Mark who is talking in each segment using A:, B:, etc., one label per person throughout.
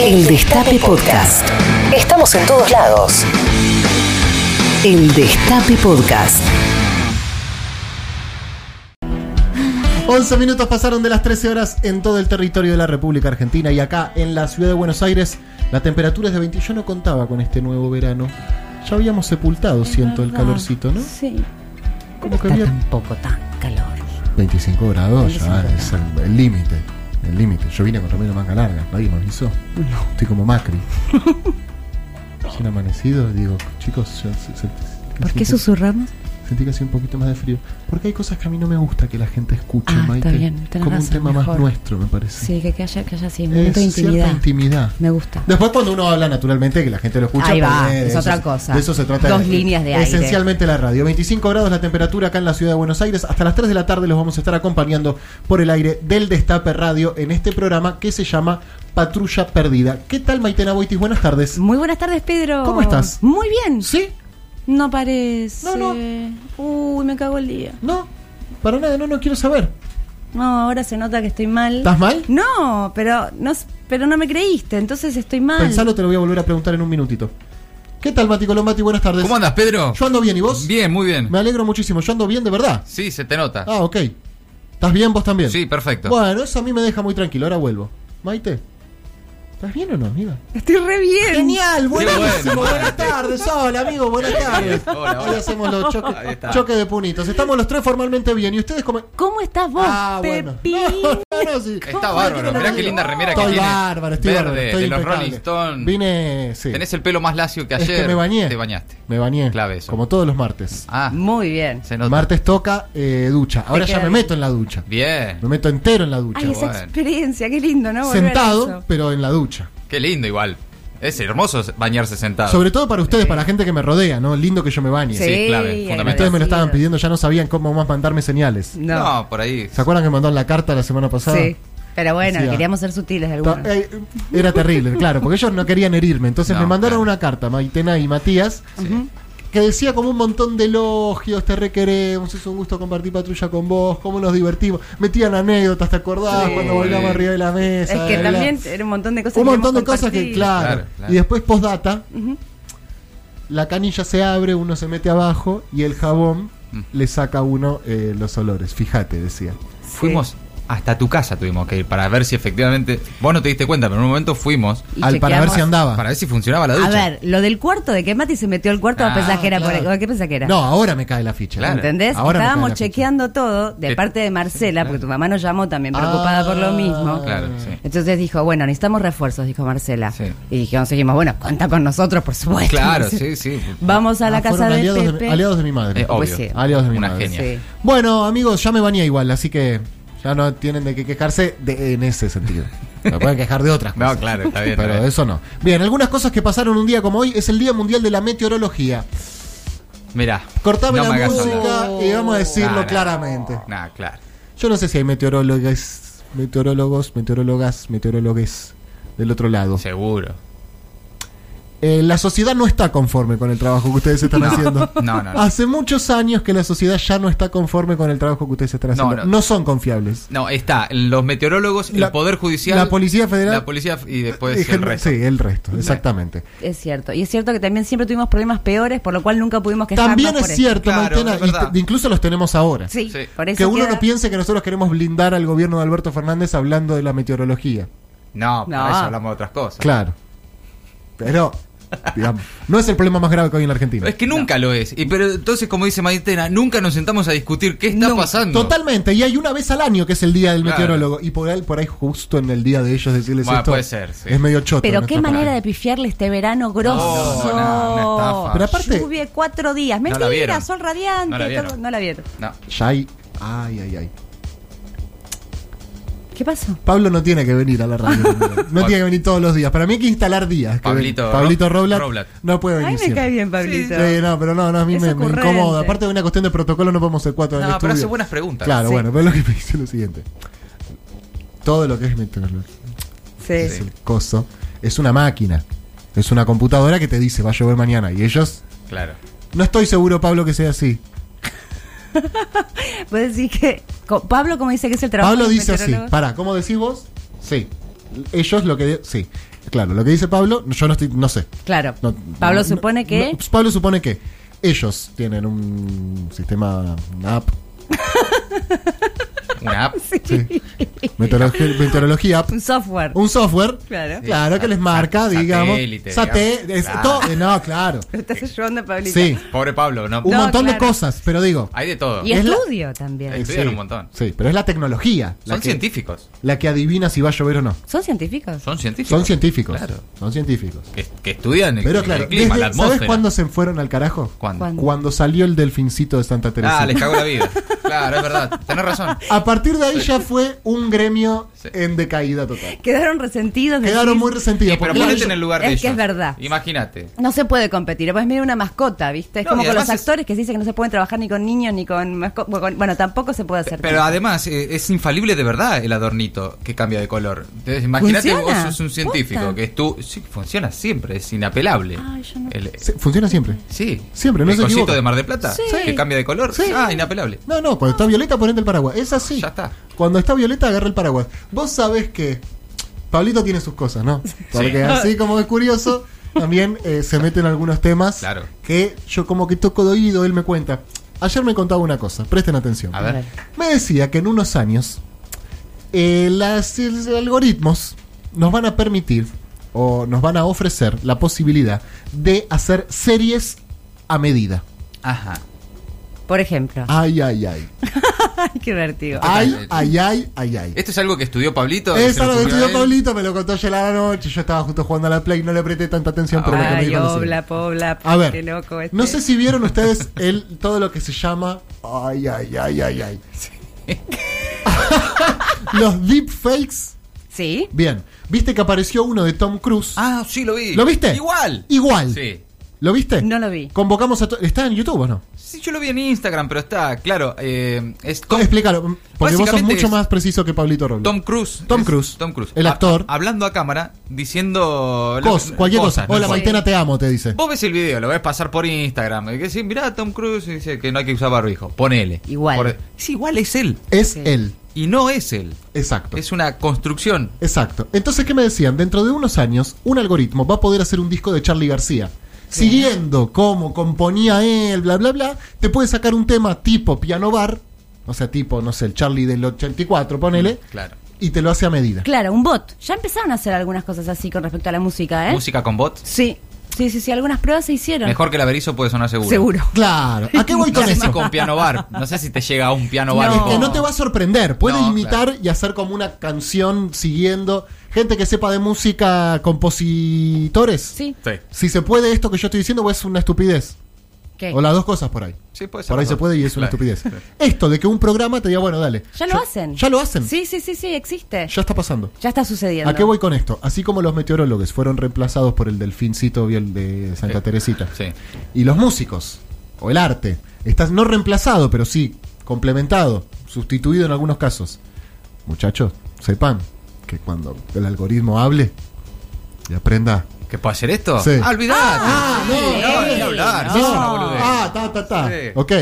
A: El Destape Podcast. Estamos en todos lados. El Destape Podcast.
B: 11 minutos pasaron de las 13 horas en todo el territorio de la República Argentina y acá en la ciudad de Buenos Aires la temperatura es de 20. Yo no contaba con este nuevo verano. Ya habíamos sepultado, siento, el
C: verdad.
B: calorcito, ¿no?
C: Sí.
B: Como que
D: Está
B: había
D: tampoco tan calor.
B: 25 grados,
D: 25
B: ya es el- el límite. El límite. Yo vine con remera manga larga, nadie me avisó. Estoy como Macri. Recién amanecido, digo, chicos, yo se- se-
D: ¿Por
B: sentí-
D: qué susurramos?
B: Sentí que hacía un poquito más de frío. Porque hay cosas que a mí no me gusta que la gente escuche,
D: Ah, está
B: Maite.
D: bien,
B: como
D: tenés
B: un
D: razón,
B: tema más
D: mejor.
B: nuestro, me parece.
D: Sí, que, que haya, que haya así, un
B: Es
D: momento de
B: cierta
D: intimidad.
B: intimidad.
D: Me gusta.
B: Después cuando uno habla naturalmente que la gente lo escucha.
D: Ahí va,
B: pues,
D: es
B: de
D: otra
B: eso-
D: cosa.
B: De eso se trata.
D: Dos
B: eh,
D: líneas de aire.
B: Esencialmente la radio. 25 grados la temperatura acá en la ciudad de Buenos Aires. Hasta las 3 de la tarde los vamos a estar acompañando por el aire del Destape Radio en este programa que se llama Patrulla Perdida. ¿Qué tal Maitena Boitis? Buenas tardes.
C: Muy buenas tardes, Pedro.
B: ¿Cómo estás?
C: Muy bien.
B: ¿Sí?
C: No parece.
B: No, no.
C: Uy, me cago el día.
B: ¿No? Para nada, no, no quiero saber.
C: No, ahora se nota que estoy mal.
B: ¿Estás mal?
C: No, pero no, s- pero no me creíste, entonces estoy mal.
B: Pensalo, te lo voy a volver a preguntar en un minutito. ¿Qué tal Mati Colombati? Buenas tardes.
E: ¿Cómo andas, Pedro?
B: Pues, Yo ando bien, ¿y vos?
E: Bien, muy bien.
B: Me alegro muchísimo, yo ando bien de verdad.
E: Sí, se te nota.
B: Ah, ok. ¿Estás bien vos también?
E: Sí, perfecto.
B: Bueno, eso a mí me deja muy tranquilo. Ahora vuelvo. Maite, ¿estás bien o no, amiga?
C: Estoy re bien.
B: Genial,
E: Qué
B: buenísimo.
E: bueno,
B: buenas tardes. Hola, amigo, buenas tardes.
E: hola,
B: Hoy
E: hola.
B: hacemos los
E: Ahí
B: choques
E: está.
B: choque de punitos. Estamos los tres formalmente bien. ¿Y ustedes cómo.?
C: ¿Cómo estás vos,
B: Ah, bueno.
C: Pepín?
B: No, no, no, sí.
E: Está bárbaro. Mirá qué linda remera que
B: Estoy
E: tiene.
B: bárbaro, estoy
E: Verde,
B: bárbaro, estoy
E: de los
B: impecable.
E: Rolling Stones.
B: Vine, sí.
E: Tenés el pelo más lacio que
B: Es
E: ayer.
B: que me bañé. Mm.
E: Te bañaste.
B: Me bañé.
E: Clave eso.
B: Como todos los martes.
E: Ah,
D: Muy bien.
E: se nota.
B: Martes toca eh, ducha. Ahora ya
D: queda
B: me
D: bien.
B: meto en la ducha.
E: Bien.
B: Me meto entero en la ducha.
C: Ay, esa
E: bueno.
C: experiencia, qué lindo, ¿no? Volver a
B: Sentado,
C: eso.
B: pero en la ducha.
E: Qué lindo igual. Es hermoso bañarse sentado.
B: Sobre todo para ustedes, para la gente que me rodea, ¿no? Lindo que yo me bañe.
E: Sí, clave, fundamental.
B: Ustedes me lo estaban
C: agradecido.
B: pidiendo, ya no sabían cómo más mandarme señales.
E: no.
D: No.
E: por ahí.
B: ¿Se acuerdan que me mandaron la carta la semana pasada?
D: Sí. Pero bueno,
B: Decía-
D: queríamos ser sutiles de
B: Ta-
D: alguna.
B: eh, Era terrible, claro, porque ellos no querían herirme. Entonces
E: No,
B: me mandaron
E: claro.
B: una carta, Maitena y Matías,
E: Sí.
B: que decía como un montón de elogios, te requeremos, es un gusto compartir patrulla con vos, cómo nos divertimos. Metían anécdotas, ¿te acordás?
E: Sí.
B: Cuando volvíamos arriba de la
C: Es
B: mesa.
C: que
B: bla, bla.
C: también era un montón de cosas
B: un
C: que
B: montón de
C: hemos
B: cosas que,
C: compartido.
B: claro.
E: Claro, claro.
B: Y después postdata, la canilla se abre, uno se mete abajo y el jabón
E: Mm.
B: le saca a uno eh, los olores. Fíjate, decía.
C: Sí.
E: Fuimos hasta tu casa tuvimos que ir para ver si efectivamente. Vos no te diste cuenta, pero en un momento fuimos
D: Y
B: Al, para ver
D: chequeamos-
B: si andaba.
E: para ver si funcionaba la ducha.
D: A ver, lo del cuarto, de que Mati se metió al cuarto,
E: Ah,
D: a pensás que era por-
B: claro.
D: ¿Qué pensás que era?
B: No, ahora me cae la ficha.
E: Claro.
D: ¿Entendés?
B: Ahora me cae
D: Estábamos
B: la ficha.
D: chequeando todo de
E: Que-
D: parte de Marcela,
E: claro.
D: porque tu mamá nos llamó también preocupada por
B: Ah.
D: lo mismo.
E: Claro, sí.
D: Entonces dijo, bueno, necesitamos refuerzos, dijo Marcela.
E: Sí.
D: Y dijimos, dijimos, bueno, cuenta con nosotros, por supuesto.
E: Claro, sí, sí.
D: Vamos a la
B: Ah,
D: casa
B: fueron
D: de
B: aliados
D: Pepe.
B: De, aliados de mi madre.
E: Eh, obvio.
D: sí.
B: Aliados de Pues mi
E: Una
B: madre.
E: genia.
D: Sí.
B: Bueno, amigos, ya me bañé igual, así que ya no tienen de qué quejarse de- en ese sentido. Me pueden quejar de otras cosas.
E: No, claro, está bien.
B: Pero
E: está
B: de
E: bien.
B: eso no. Bien, algunas cosas que pasaron un día como hoy es el Día Mundial de la Meteorología.
E: Mirá.
B: Cortame
E: no me
B: la
E: hagas hablar.
B: música y vamos a decirlo
E: Nah, nah.
B: claramente.
E: Nah, claro.
B: Yo no sé si hay meteorólogos, meteorólogos, meteorólogas, meteorólogos del otro lado.
E: Seguro.
B: Eh, la sociedad no está conforme con el trabajo que ustedes están
E: No,
B: haciendo.
E: no, no, no.
B: Hace muchos años que la sociedad ya no está conforme con el trabajo que ustedes están haciendo. No,
E: no.
B: son confiables.
E: No, está los meteorólogos,
B: La-
E: el Poder Judicial,
B: la Policía Federal.
E: la policía y después
B: Y
E: el
B: gen-
E: resto.
B: Sí, el resto, exactamente.
D: Es cierto. Y es cierto que también siempre tuvimos problemas peores, por lo cual nunca pudimos quejarnos.
B: También
D: por
B: es
D: eso.
B: cierto,
E: Claro,
B: Maitena,
E: es verdad.
B: y t- incluso los tenemos ahora.
D: Sí,
E: Sí.
D: por eso
B: que uno
D: queda-
B: no piense que nosotros queremos blindar al gobierno de Alberto Fernández hablando de la meteorología.
E: No, para
D: No.
E: eso hablamos de otras cosas.
B: Claro. Pero, digamos, no es el problema más grave que hay en la Argentina.
E: Es que nunca lo es. Y pero entonces, como dice Maitena, nunca nos sentamos a discutir qué está
D: Nunca.
E: pasando.
B: Totalmente, y hay una vez al año que es el día del
E: Claro.
B: meteorólogo. Y por ahí, por ahí, justo en el día de ellos, decirles
E: Bueno,
B: esto.
E: puede ser, sí.
B: Es medio choto.
D: Pero
B: en
D: qué
B: nuestra
D: manera
B: parte.
D: de pifiarle este verano grosso.
E: No, no, una estafa.
B: Pero aparte-
D: Lluvia cuatro días.
E: No la
D: Mentira,
E: vieron.
D: sol radiante.
E: No la vieron.
D: todo- no la vieron.
E: No.
B: Ya hay. Ay, ay, ay.
D: ¿Qué pasó?
B: Pablo no tiene que venir a la radio. no tiene que venir todos los días. Para mí hay que instalar días. que ven-
E: Pablito
B: Pablito
E: Ro-
B: Roblat,
E: Roblat.
B: No puede venir.
D: Ay, me
B: siempre.
D: cae bien, Pablito.
B: Sí, no, pero no, no, a mí
D: Es
B: me, me
D: ocurrente.
B: incomoda. Aparte de una cuestión de protocolo, no podemos ser cuatro en el
E: No, pero
B: estudio.
E: hace buenas preguntas.
B: Claro,
D: Sí.
B: bueno, pero lo que me dice lo siguiente. Todo lo que es meteorología.
D: Sí.
B: es el coso, es una máquina. Es una computadora que te dice va a llover mañana. Y ellos.
E: Claro.
B: No estoy seguro, Pablo, que sea así.
D: Vos decís que. co- Pablo, como dice que es el trabajo.
B: Pablo
D: del
B: dice así.
D: meteorólogo?
B: Pará, ¿cómo decís vos? Sí. Ellos lo que. de- sí. claro, lo que dice Pablo, yo no, estoy, no sé.
D: Claro.
B: No-
D: Pablo
B: no-
D: supone
B: no-
D: que.
B: Pablo supone que ellos tienen un sistema, una app,
E: Una app.
B: sí, meteorología, meteorología app,
D: Un software.
B: un software,
D: Claro.
B: claro que les marca,
E: Sat-
B: digamos,
E: satélite,
B: saté-
E: digamos.
B: es
E: Claro.
B: todo- no, claro,
D: Lo estás ayudando, Pablito.
B: sí,
E: Pobre Pablo, ¿no?
B: un
D: No,
B: montón de
D: claro.
B: cosas, pero digo,
E: Hay de todo.
D: Y
B: Es la-
D: estudio también.
E: Eh, estudian
B: sí,
E: un montón.
B: sí, pero es la tecnología, la
E: Son
B: que,
E: científicos.
B: la que adivina si va a llover o no,
D: ¿Son científicos?
E: Son científicos.
B: son científicos,
E: Claro.
B: son científicos,
E: Que, que estudian el,
B: pero
E: el
B: claro,
E: clima,
B: desde-
E: la
B: ¿sabes
E: atmósfera.
B: cuándo se fueron al carajo?
E: ¿Cuándo?
D: ¿Cuándo?
B: Cuando salió el delfincito de Santa Teresa.
E: Ah, les cagó la vida. Claro, es verdad. Tenés razón.
B: A partir de ahí ya fue un gremio
E: Sí.
B: en decaída total.
D: Quedaron resentidos. decís,
B: Quedaron muy
E: Sí,
B: resentidos.
E: pero
B: porque
E: ponete
B: ellos-
E: en el lugar
D: es
E: de ellos.
D: que es verdad.
E: Imagínate.
D: No se puede competir, pues es medio una mascota, ¿viste? Es
E: No,
D: como
E: y
D: con los
E: además es-
D: actores que se dicen que no se pueden trabajar ni con niños ni con mascotas. Bueno, tampoco se puede hacer.
E: Pero además eh, es infalible de verdad el adornito que cambia de color. Entonces, imagínate vos
D: ¿Funciona?
E: sos un científico
D: Posta.
E: que es tú. Sí, funciona siempre, es inapelable.
D: Ay, yo no-
E: El-
B: Sí, Funciona siempre.
E: sí.
B: Siempre, no
E: El
B: se
E: cosito
B: equivoca.
E: de Mar de Plata
D: Sí.
E: que cambia de color.
B: Sí.
E: Ah, inapelable.
B: No, no, cuando está violeta ponete el paraguas. Es así.
E: Ya está.
B: Cuando está violeta agarra el paraguas. Vos sabés que Pablito tiene sus cosas, ¿no? Porque así como es curioso, también eh, se meten algunos temas
E: Claro.
B: que yo como que toco de oído, él me cuenta. Ayer me contaba una cosa, presten atención.
E: A ver.
B: Me decía que en unos años eh, las- los algoritmos nos van a permitir o nos van a ofrecer la posibilidad de hacer series a medida.
E: Ajá.
D: Por ejemplo.
B: Ay, ay, ay.
D: Ay, qué vértigo.
B: Ay, ay, ay, ay, ay.
E: Esto es algo que estudió Pablito.
B: Es
E: se lo
B: algo que
E: ocurrió a
B: estudió
E: él.
B: Pablito, me lo contó ayer a la noche. Yo estaba justo jugando a la Play, no le presté tanta atención, pero lo que me
D: Ay,
B: dijo lo siguiente.
D: obla, pobla,
B: A ver,
D: qué loco este.
B: no sé si vieron ustedes el, todo lo que se llama. Ay, ay, ay, ay, ay. Los deepfakes.
D: ¿Sí?
B: Bien, viste que apareció uno de Tom Cruise.
E: Ah, sí, lo vi.
B: ¿Lo viste?
E: Igual.
B: Igual.
E: Sí.
B: ¿Lo viste?
D: No lo vi.
B: Convocamos a. to- ¿Está en YouTube o no?
E: Sí, yo lo vi en Instagram, pero está, claro, eh, es Tom,
B: Explícalo, Porque vos sos
E: Básicamente
B: mucho
E: es-
B: más preciso que Pablito Robles.
E: Tom Cruise.
B: Tom
E: es
B: Cruise.
E: Tom Cruise.
B: El
E: Ha-
B: actor.
E: hablando a cámara, diciendo... lo-
B: Cos, cualquier cosa.
E: cosas, ¿no?
B: Hola,
E: Sí.
B: Maitena, te amo, te dice.
E: Vos ves el video, lo ves pasar por Instagram. Y que decís, mirá, Tom Cruise y dice que no hay que usar barbijo. Ponele.
D: Igual.
E: Por- Sí, igual es él.
B: Es
D: Sí.
B: él.
E: Y no es él.
B: Exacto.
E: Es una construcción.
B: Exacto. Entonces, ¿qué me decían? Dentro de unos años, un algoritmo va a poder hacer un disco de Charlie García. Siguiendo cómo componía él, bla, bla, bla, te puede sacar un tema tipo piano bar, o sea, tipo, no sé, el Charlie del 84, ponele,
E: Mm, Claro.
B: y te lo hace a medida.
D: Claro, un bot. Ya empezaron a hacer algunas cosas así con respecto a la música, ¿eh?
E: Música con bot.
D: Sí. Sí, sí, sí. Algunas pruebas se hicieron.
E: Mejor que la Berizo puede sonar seguro.
D: Seguro.
B: Claro. ¿A qué voy con
E: No sé si
B: eso?
E: con piano bar. No sé si te llega a un piano bar.
D: No.
B: Es
E: tipo-
B: que no te va a sorprender. Puede
E: No,
B: imitar y hacer como una canción siguiendo. Gente que sepa de música, compositores.
D: Sí.
E: Sí.
B: Si se puede esto que yo estoy diciendo, o es una estupidez.
D: ¿Qué?
B: O las dos cosas por ahí.
E: Sí, puede ser.
B: Por ahí se puede y es una
E: Claro.
B: estupidez. Esto de que un programa te diga, bueno, dale.
D: Ya lo
B: Yo-
D: hacen.
B: Ya lo hacen.
D: Sí, sí, sí, sí. Existe.
B: Ya está pasando.
D: Ya está sucediendo.
B: ¿A qué voy con esto? Así como los meteorólogos fueron reemplazados por el delfincito y el de Santa
E: Sí.
B: Teresita.
E: Sí.
B: Y los músicos, o el arte, estás no reemplazado, pero sí complementado, sustituido en algunos casos. Muchachos, sepan que cuando el algoritmo hable y aprenda.
E: ¿Qué puede hacer esto?
B: Sí.
E: Ah, olvidate.
B: Ah, no,
E: Sí,
B: no,
E: ni hablar.
D: no.
E: sí, es una boludez.
B: Ah, ta, ta, ta.
E: Sí.
B: Ok.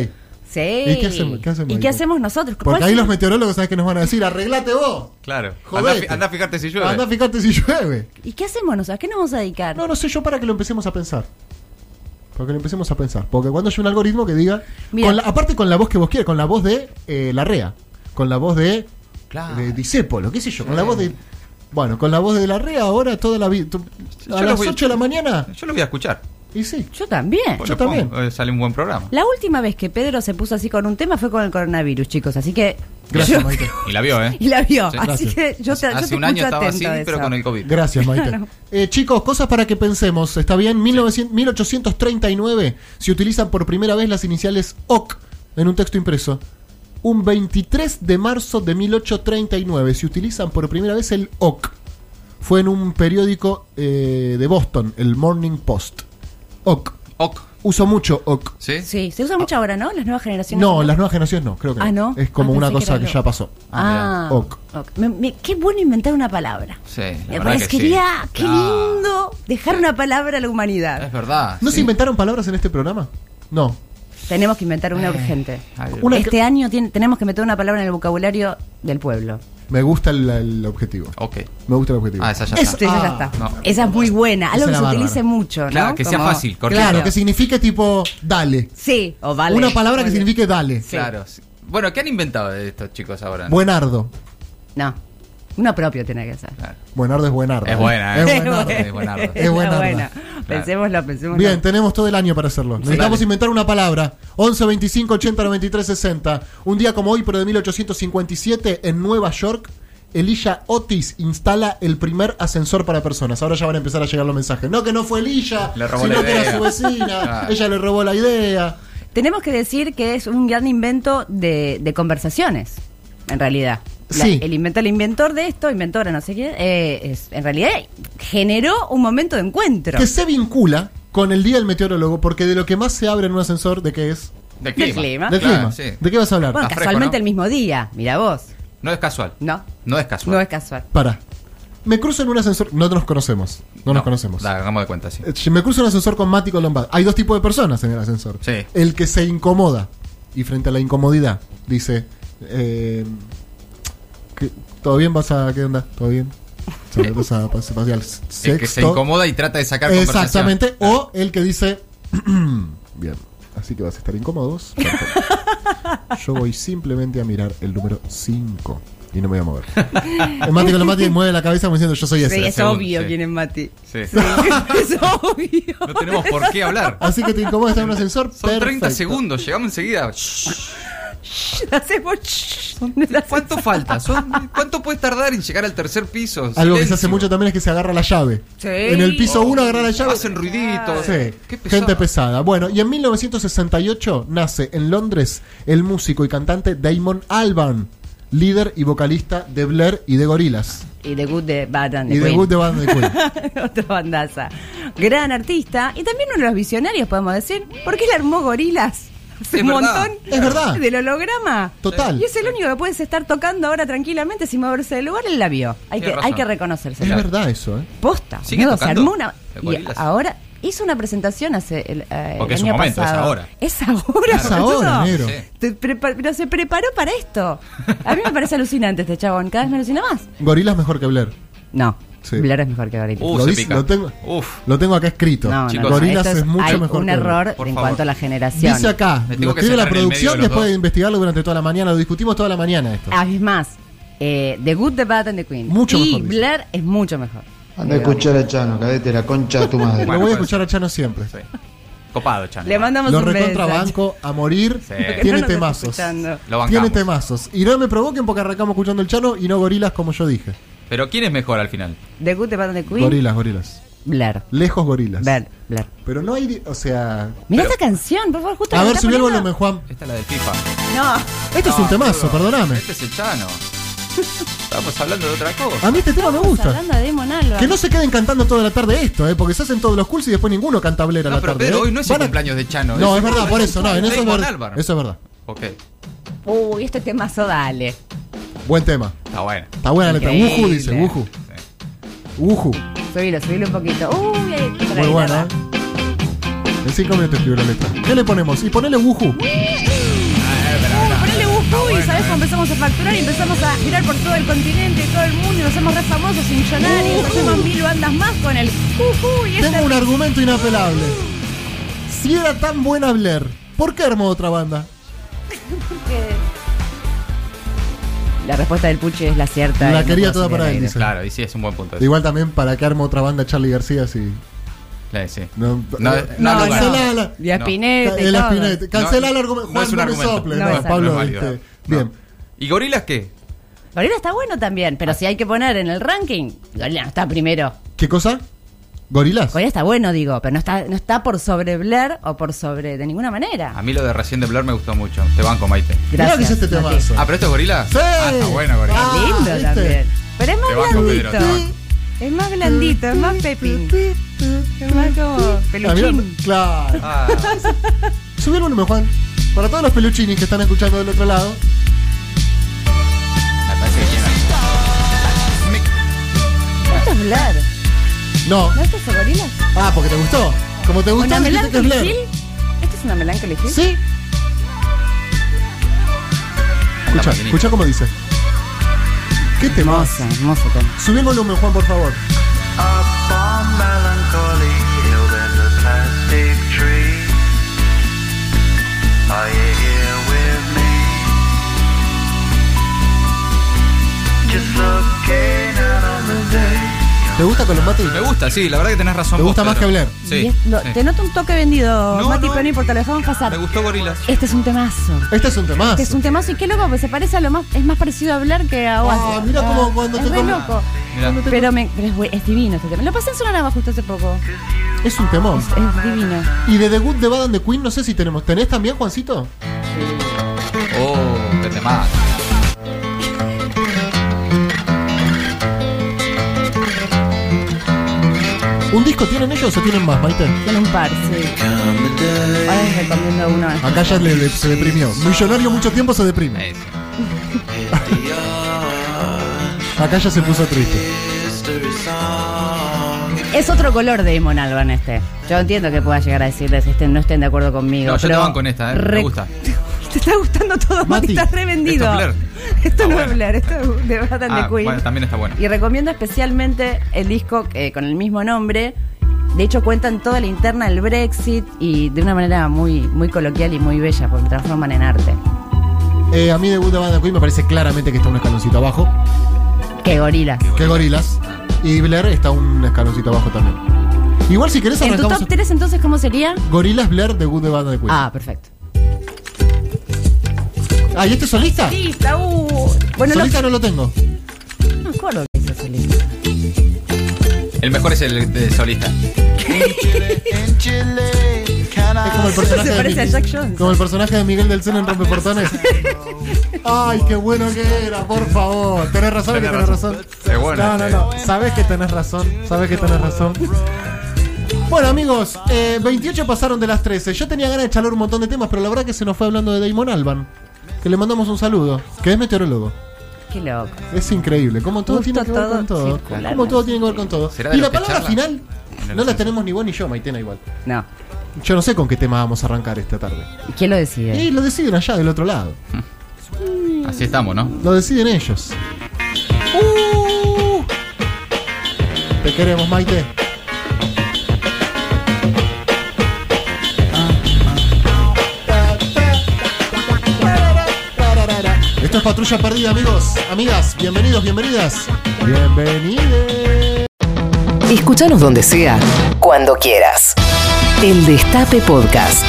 D: Sí.
B: ¿Y qué hacemos- qué hacemos
D: ¿Y
B: ahí?
D: qué hacemos nosotros? ¿Cuál
B: Porque ahí
D: es-
B: los meteorólogos, ¿sabes qué nos van a decir? Arreglate vos.
E: Claro. Anda, a fi-
B: Jodete.
E: anda a fijarte si llueve.
B: Anda, fíjate si llueve.
D: ¿Y qué hacemos nosotros? ¿A qué nos vamos a dedicar?
B: No, no sé yo para que lo empecemos a pensar. Para que lo empecemos a pensar. Porque cuando hay un algoritmo que diga.
D: Mira.
B: con la- aparte con la voz que vos quieras, con la voz de eh, Larrea. Con la voz de.
E: Claro.
B: De Disépolo, qué sé yo. Con la voz de. Bueno, con la voz de Larrea ahora toda la vida.
E: Yo
B: A
E: lo
B: las
E: voy-
B: 8 de la mañana.
E: Yo lo voy a escuchar.
B: Y sí.
D: Yo también.
E: Yo
B: Yo también.
E: sale un buen programa.
D: La última vez que Pedro se puso así con un tema fue con el coronavirus, chicos. Así que.
B: Gracias,
D: yo-
B: Maite.
E: Y la vio, ¿eh?
D: Y la vio.
E: Sí.
D: Así
B: Gracias.
D: que yo te, yo
E: Hace
D: te
E: un año
D: escucho
E: estaba así,
D: atento de
E: pero
D: eso.
E: con el COVID.
B: Gracias, Maite.
D: Claro.
B: Eh, chicos, cosas para que pensemos. ¿Está bien? 1900 1839 se utilizan por primera vez las iniciales OC en un texto impreso. Un 23 de marzo de 1839 se utilizan por primera vez el OC. Fue en un periódico eh, de Boston, el Morning Post. OC.
E: Ok.
B: Uso mucho OC.
E: ¿Sí?
D: Sí, se usa
E: Ah.
D: mucho ahora, ¿no? Las nuevas generaciones.
B: No, las nuevas generaciones no, creo que
D: Ah, ¿no?
B: Es como
D: Ah,
B: una
D: pensé que
B: cosa
D: era
B: que
D: lo-
B: ya pasó.
D: Ah,
B: Ah, ok.
D: ok. Me- me- qué bueno inventar una palabra.
E: Sí, la
D: Me
E: verdad
D: parece
E: que sí.
D: quería, qué
E: Ah.
D: lindo dejar una palabra a la
E: Es
D: humanidad.
E: verdad.
B: ¿No
E: sí.
B: se inventaron palabras en este programa? No.
E: Eh,
D: Tenemos que inventar una urgente.
E: Ay, Dios.
B: Una
D: este
B: que-
D: año tiene- tenemos que meter una palabra en el vocabulario del pueblo.
B: Me gusta el, el objetivo.
E: Ok.
B: Me gusta el objetivo.
E: Oh. Ah, esa ya
D: Este,
E: está.
D: ya
B: Ah,
D: está.
E: no.
D: Esa es muy buena.
B: Esa
D: Algo que
B: era
D: se
B: bárbara.
D: utilice mucho, ¿no?
E: Claro, que sea
D: Como-
E: fácil, cortito.
B: Claro,
E: Claro.
B: que signifique tipo dale.
D: Sí, o vale.
B: Una palabra que
D: Muy bien.
B: signifique dale.
D: Sí.
E: Claro. sí. Bueno, ¿qué han inventado de estos chicos ahora?
B: Buenardo.
D: No. Uno propio tiene que ser.
E: Claro.
B: Buenardo es buenardo.
E: Es buena, ¿eh?
B: Es buenardo.
E: Es buenardo.
D: Es
B: buena.
D: buena. Pensémoslo, pensémoslo.
B: Bien, tenemos todo el año para hacerlo. Necesitamos
E: Dale.
B: inventar una palabra. 11, 25, 80, 93, 60. Un día como hoy, pero de 1857, en Nueva York, Elisha Otis instala el primer ascensor para personas. Ahora ya van a empezar a llegar los mensajes. No que no fue Elisha,
E: Le robó
B: sino
E: la
B: que era
E: idea.
B: su vecina.
E: Claro.
B: Ella le robó la idea.
D: Tenemos que decir que es un gran invento de, de conversaciones, en realidad. La-
B: Sí.
D: el inventor, el inventor de esto, inventora, no sé quién, eh, es, en realidad generó un momento de encuentro.
B: Que se vincula con el Día del Meteorólogo, porque de lo que más se abre en un ascensor, ¿de qué es?
D: Del
E: Del clima.
D: clima. Ah,
B: Del
E: Claro,
B: clima.
E: sí.
B: ¿De qué vas a hablar?
D: Bueno,
E: Está fresco,
D: casualmente
E: ¿no?
D: el mismo día, mira vos.
E: No es casual.
D: No,
E: No es casual.
D: no es casual.
B: Para. Me cruzo en un ascensor. No nos conocemos. No, nos conocemos.
E: La hagamos de cuenta, sí.
B: Eh, Me cruzo en un ascensor con Mati Lombard. Hay dos tipos de personas en el ascensor.
E: Sí.
B: El que se incomoda y frente a la incomodidad dice: eh, ¿qué- ¿Todo bien vas a.? ¿Qué onda? ¿Todo bien? Se vas a pas- pas- al
E: El que se
B: sexto.
E: incomoda y trata de sacar conversación.
B: Exactamente. O el que dice: Bien, así que vas a estar incómodos. Perfecto. Yo voy simplemente a mirar el número 5 y no me voy a mover. El Mati con Mati mueve la cabeza como diciendo: Yo soy ese.
D: Sí, es
E: segundo,
D: obvio
E: sí.
D: quién es Mati.
E: Sí.
D: Sí, es obvio.
E: No tenemos por qué hablar.
B: Así que te incomoda estar en un ascensor.
E: Son 30
B: perfecto.
E: segundos, llegamos enseguida. Shh.
D: Hacemos
E: ¿Cuánto falta? Son- ¿Cuánto puede tardar en llegar al tercer piso?
B: Algo que se
E: Silencio.
B: hace mucho también es que se agarra la llave.
D: Sí.
B: En el piso
E: Oh,
B: 1 agarra la llave.
E: Hacen ruiditos.
B: Sí,
E: Qué pesado.
B: gente pesada. Bueno, y en 1968 nace en Londres el músico y cantante Damon Alban, líder y vocalista de Blair y de Gorillaz.
D: Y The Good, The Bad and The
B: Y de
D: Queen.
B: Good de Band de Queen.
D: Otra bandaza. Gran artista y también uno de los visionarios, podemos decir, porque él armó gorilas. Hace
E: Es
D: un
E: verdad.
D: montón
B: Es verdad.
D: del holograma.
B: Total.
D: Y es el único que puedes estar tocando ahora tranquilamente sin moverse del lugar, él la vio. Hay,
E: Tiene
D: que,
E: razón.
D: hay que reconocerse.
B: Es verdad eso, ¿eh?
D: Posta.
E: ¿Sigue
D: boludo, se
E: tocando?
D: armó una.
E: El
D: Y
E: Gorillaz.
D: ahora hizo una presentación hace el, eh,
E: Porque
D: el
E: es un
D: año
E: momento, es
D: pasado.
E: ahora.
D: Es ahora.
B: Es ahora,
D: boludo.
B: negro.
E: Sí.
D: Te prepa- Pero se preparó para esto. A mí me parece alucinante este chabón. Cada vez me alucina más.
B: Gorillaz mejor que Blair.
D: No.
B: Sí.
D: Blair es mejor que Gorillaz.
E: Uh,
B: lo,
E: se
B: dice-
E: pica.
B: lo tengo,
E: Uf.
B: lo tengo acá escrito.
D: No, no,
E: Chicos,
D: no,
B: Gorillaz
D: esto
B: es, mucho
D: hay
B: mejor
D: un
B: que Blair.
D: error
E: Por
D: en
E: favor.
D: cuanto a la generación.
B: Dice acá,
E: Me tengo
B: lo
E: que
B: escribe la
E: sentar en el medio
B: producción
E: de los
B: después
E: dos.
B: de investigarlo durante toda la mañana. Lo discutimos toda la mañana esto.
D: Ah, es más, eh, The Good, The Bad and The Queen.
B: Mucho
D: y
B: mejor, dice.
D: Blair es mucho mejor.
F: Anda a escuchar a Chano, cadete la concha de tu madre.
B: lo
E: Bueno,
B: voy a
E: pues-
B: escuchar a Chano siempre.
E: Sí. Copado, Chan.
D: Le mandamos
B: Lo
D: un beso.
B: recontrabanco a morir.
E: Sí.
D: Porque
B: Tiene
D: nos está
B: temazos.
D: escuchando.
E: Lo bancamos.
B: Tiene temazos. Y no me provoquen porque arrancamos escuchando el Chano y no gorilas como yo dije.
E: Pero ¿quién es mejor al final?
D: The Good, The Bad and The Queen.
B: Gorilas, gorilas.
D: Blair.
B: Lejos gorilas.
D: Blair. Blair.
B: Pero no hay... di- O sea...
D: Mira
E: Pero-
D: esta canción, por favor, justo
B: A
D: la
B: ver,
D: está
B: subí el
D: poniendo.
B: volumen, Juan.
E: Esta es la del FIFA.
D: No.
B: Este es
E: No,
B: un temazo,
E: boludo.
B: perdóname.
E: Este es el Chano. Estamos hablando de otra cosa.
B: A mí este tema me
D: Estamos
B: gusta.
D: hablando de Damon Albarn.
B: Que no se queden cantando toda la tarde esto, eh, porque se hacen todos los cursos y después ninguno canta Blair a
E: No,
B: la
E: pero
B: tarde.
E: Pedro,
B: eh.
E: hoy no es el
B: Van a-
E: cumpleaños de Chano.
B: No,
E: el-
B: es verdad, por eso, no, en eso es
E: Damon
B: verdad.
E: Albarn.
B: Eso es verdad.
E: Ok,
D: Uy, este temazo, dale.
B: Buen tema.
E: está bueno.
B: Está buena la letra.
D: Increíble.
B: Wuhu dice, wuhu. Wuhu.
D: Subilo, subilo un poquito. Uy, ahí está la
B: Muy
D: guitarra.
B: buena. En 5 minutos escribo la letra. ¿Qué le ponemos? Y ponele Wuhu.
D: Uh, ponele bufu y
B: eh.
D: sabes cómo empezamos a facturar y empezamos a girar por todo el continente y todo el mundo y nos hacemos re famosos y millonarios, hacemos mil bandas más con el ujú y
B: Tengo
D: esta
B: un argumento inapelable. Si era tan buena Blair, ¿por qué armó otra banda?
D: La respuesta del Puche es la cierta.
B: La
D: y no
B: quería
D: puedo
B: toda para
D: salir
B: él,
D: al
B: dice.
E: Claro, y sí, es un buen punto.
B: Igual también, ¿para qué armó otra banda Charlie García si...
E: Claro, sí.
B: No,
E: No,
B: eh,
E: no,
D: aire. No,
E: lugar.
B: Cancela
D: no.
B: la-
D: Y a Spinetta y
B: El
D: todo.
B: Spinetta. Cancela
E: No,
B: el argumento.
E: no
B: Juan,
E: es
B: no,
E: un
B: me
E: argumento.
B: sople.
D: No
B: No,
D: es
B: Pablo,
E: válido.
B: viste.
E: No.
B: Bien.
E: ¿Y gorilas qué?
D: Gorila está bueno también, pero si hay que poner en el ranking, Gorila no está primero.
B: ¿Qué cosa? ¿Gorilas?
D: Gorila está bueno, digo, pero no está, no está por sobre Blair o por sobre de ninguna
E: A
D: manera.
E: mí lo de recién de Blur me gustó mucho. Te banco, Maite.
B: Ah, Mirá lo que es este
D: Mati.
B: temazo.
E: Ah, pero esto es gorila.
B: Sí.
E: Ah, está bueno, gorila.
B: Ah,
D: Es lindo
B: ¿viste?
D: también. Pero es
E: Te
D: más
E: banco, Pedro,
D: blandito.
E: te banco.
D: Es más blandito, es más pepín. Es más como
B: Ah, mirá,
D: peluchín.
B: claro.
E: Ah,
B: Subí el volumen, Juan. Para todos los peluchines que están escuchando del otro lado.
E: me parece que tiene-
D: Esto es Blair.
B: No.
D: ¿No esto es gorila?
B: Ah, porque te gustó. Como te gustó,
D: ¿Una
B: dijiste que es
D: melancolía?
B: Blair.
D: ¿Esto es una melancolía?
B: Sí. Escucha,
E: maquinita.
B: escucha cómo dice. ¿Qué tema?
D: Hermoso, hermoso tema.
B: Subí el volumen, Juan, por favor.
G: Up on melancholy hill there's a plastic tree. Are you here with me? Just looking out on the day.
B: ¿Te gusta con los mates?
E: Me gusta, sí, la verdad que tenés razón.
B: ¿Te
E: vos,
B: gusta más
E: Pedro.
B: que Blair?
E: Sí.
D: Y es- lo-
E: sí.
D: Te noto un toque vendido,
E: No,
D: Mati,
E: no,
D: pero no importa, lo dejamos pasar.
E: Me gustó Gorilas.
D: Este es un temazo.
B: Este es un tema.
D: Este es un temazo y qué loco, porque se parece a lo más. Es más parecido a hablar que a
B: Ah, mira cómo cuando
D: es
B: te
D: re
B: com-
D: loco.
E: Mirá.
D: Pero, me, pero es, bu- es divino este tema. Lo pasé en Sonorama justo hace poco.
B: Es un temón.
D: Es, es divino.
B: Y de The Good, The Bad and The Queen, no sé si tenemos. ¿Tenés también, Juancito?
E: Oh, qué tema.
B: ¿Un disco tienen ellos o tienen más, Maite?
D: Tiene un par, sí. Ahora les recomiendo uno.
B: Acá ya le- le- se deprimió. Millonario mucho tiempo se deprime.
E: Eh, sí.
B: Acá ya se puso triste.
D: Es otro color de Damon Albarn este. Yo entiendo que pueda llegar a decirles estén, no estén de acuerdo conmigo.
E: No, yo te
D: pero
E: banco en esta, eh, me
D: re-
E: gusta.
D: Te está gustando todo,
B: Mati,
D: Mati, estás revendido.
E: esto es Blair.
D: Esto
E: Ah,
D: no
E: bueno.
D: es Blair, esto es de Bad and
E: Ah,
D: the Queen.
E: bueno, también está bueno.
D: Y recomiendo especialmente el disco eh, con el mismo nombre. De hecho, cuentan toda la interna del Brexit y de una manera muy, muy coloquial y muy bella, porque transforman en arte.
B: Eh, a mí The Good, The Bad and The Queen me parece claramente que está un escaloncito abajo.
D: Que gorilas.
B: Que Gorilas. Y Blair está un escaloncito abajo también. Igual si querés
D: En tu
B: arrancamos...
D: top 3, entonces, ¿cómo sería?
B: Gorilas, Blair, The Good, The Bad and The Queen.
D: Ah, perfecto.
B: Ah, ¿y este es solista?
D: Solista, uh. Bueno, no,
B: solista no lo tengo.
D: no me acuerdo que hizo solista.
E: El mejor es el de solista.
G: In Chile, can
B: Es como el
G: I
B: personaje
D: Se
B: de
D: parece
B: Mi-
D: a Jack Johnson.
B: Como el personaje de Miguel del Cena en Rompeportones. Ay, qué bueno que era, por favor. Tenés razón, que tenés razón.
E: Es bueno
B: No, no,
E: este.
B: no. Sabés que tenés razón. Sabés que tenés razón. Bueno, amigos, eh, 28 pasaron de las 13. Yo tenía ganas de charlar un montón de temas, pero la verdad que se nos fue hablando de Damon Alban. Que le mandamos un saludo, que es meteorólogo.
D: Qué loco.
B: Es increíble, como todo
D: Justo
B: tiene que ver
D: todo
B: con todo.
D: circular,
B: Como todo
D: ¿no?
B: tiene que ver con todo.
E: ¿Será de
B: Y
E: los
B: la
E: que
B: palabra
E: charlan?
B: final
E: No lo
B: no la
E: sé.
B: tenemos ni vos ni yo, Maitena, igual.
D: No.
B: Yo no sé con qué tema vamos a arrancar esta tarde.
D: ¿Y quién lo decide?
B: Y lo deciden allá del otro lado.
E: Así estamos, ¿no?
B: Lo deciden ellos. Te queremos, Maite. Esto es Patrulla Perdida, amigos, amigas, bienvenidos, bienvenidas. Bienvenides.
A: Escúchanos donde sea, cuando quieras. El Destape Podcast.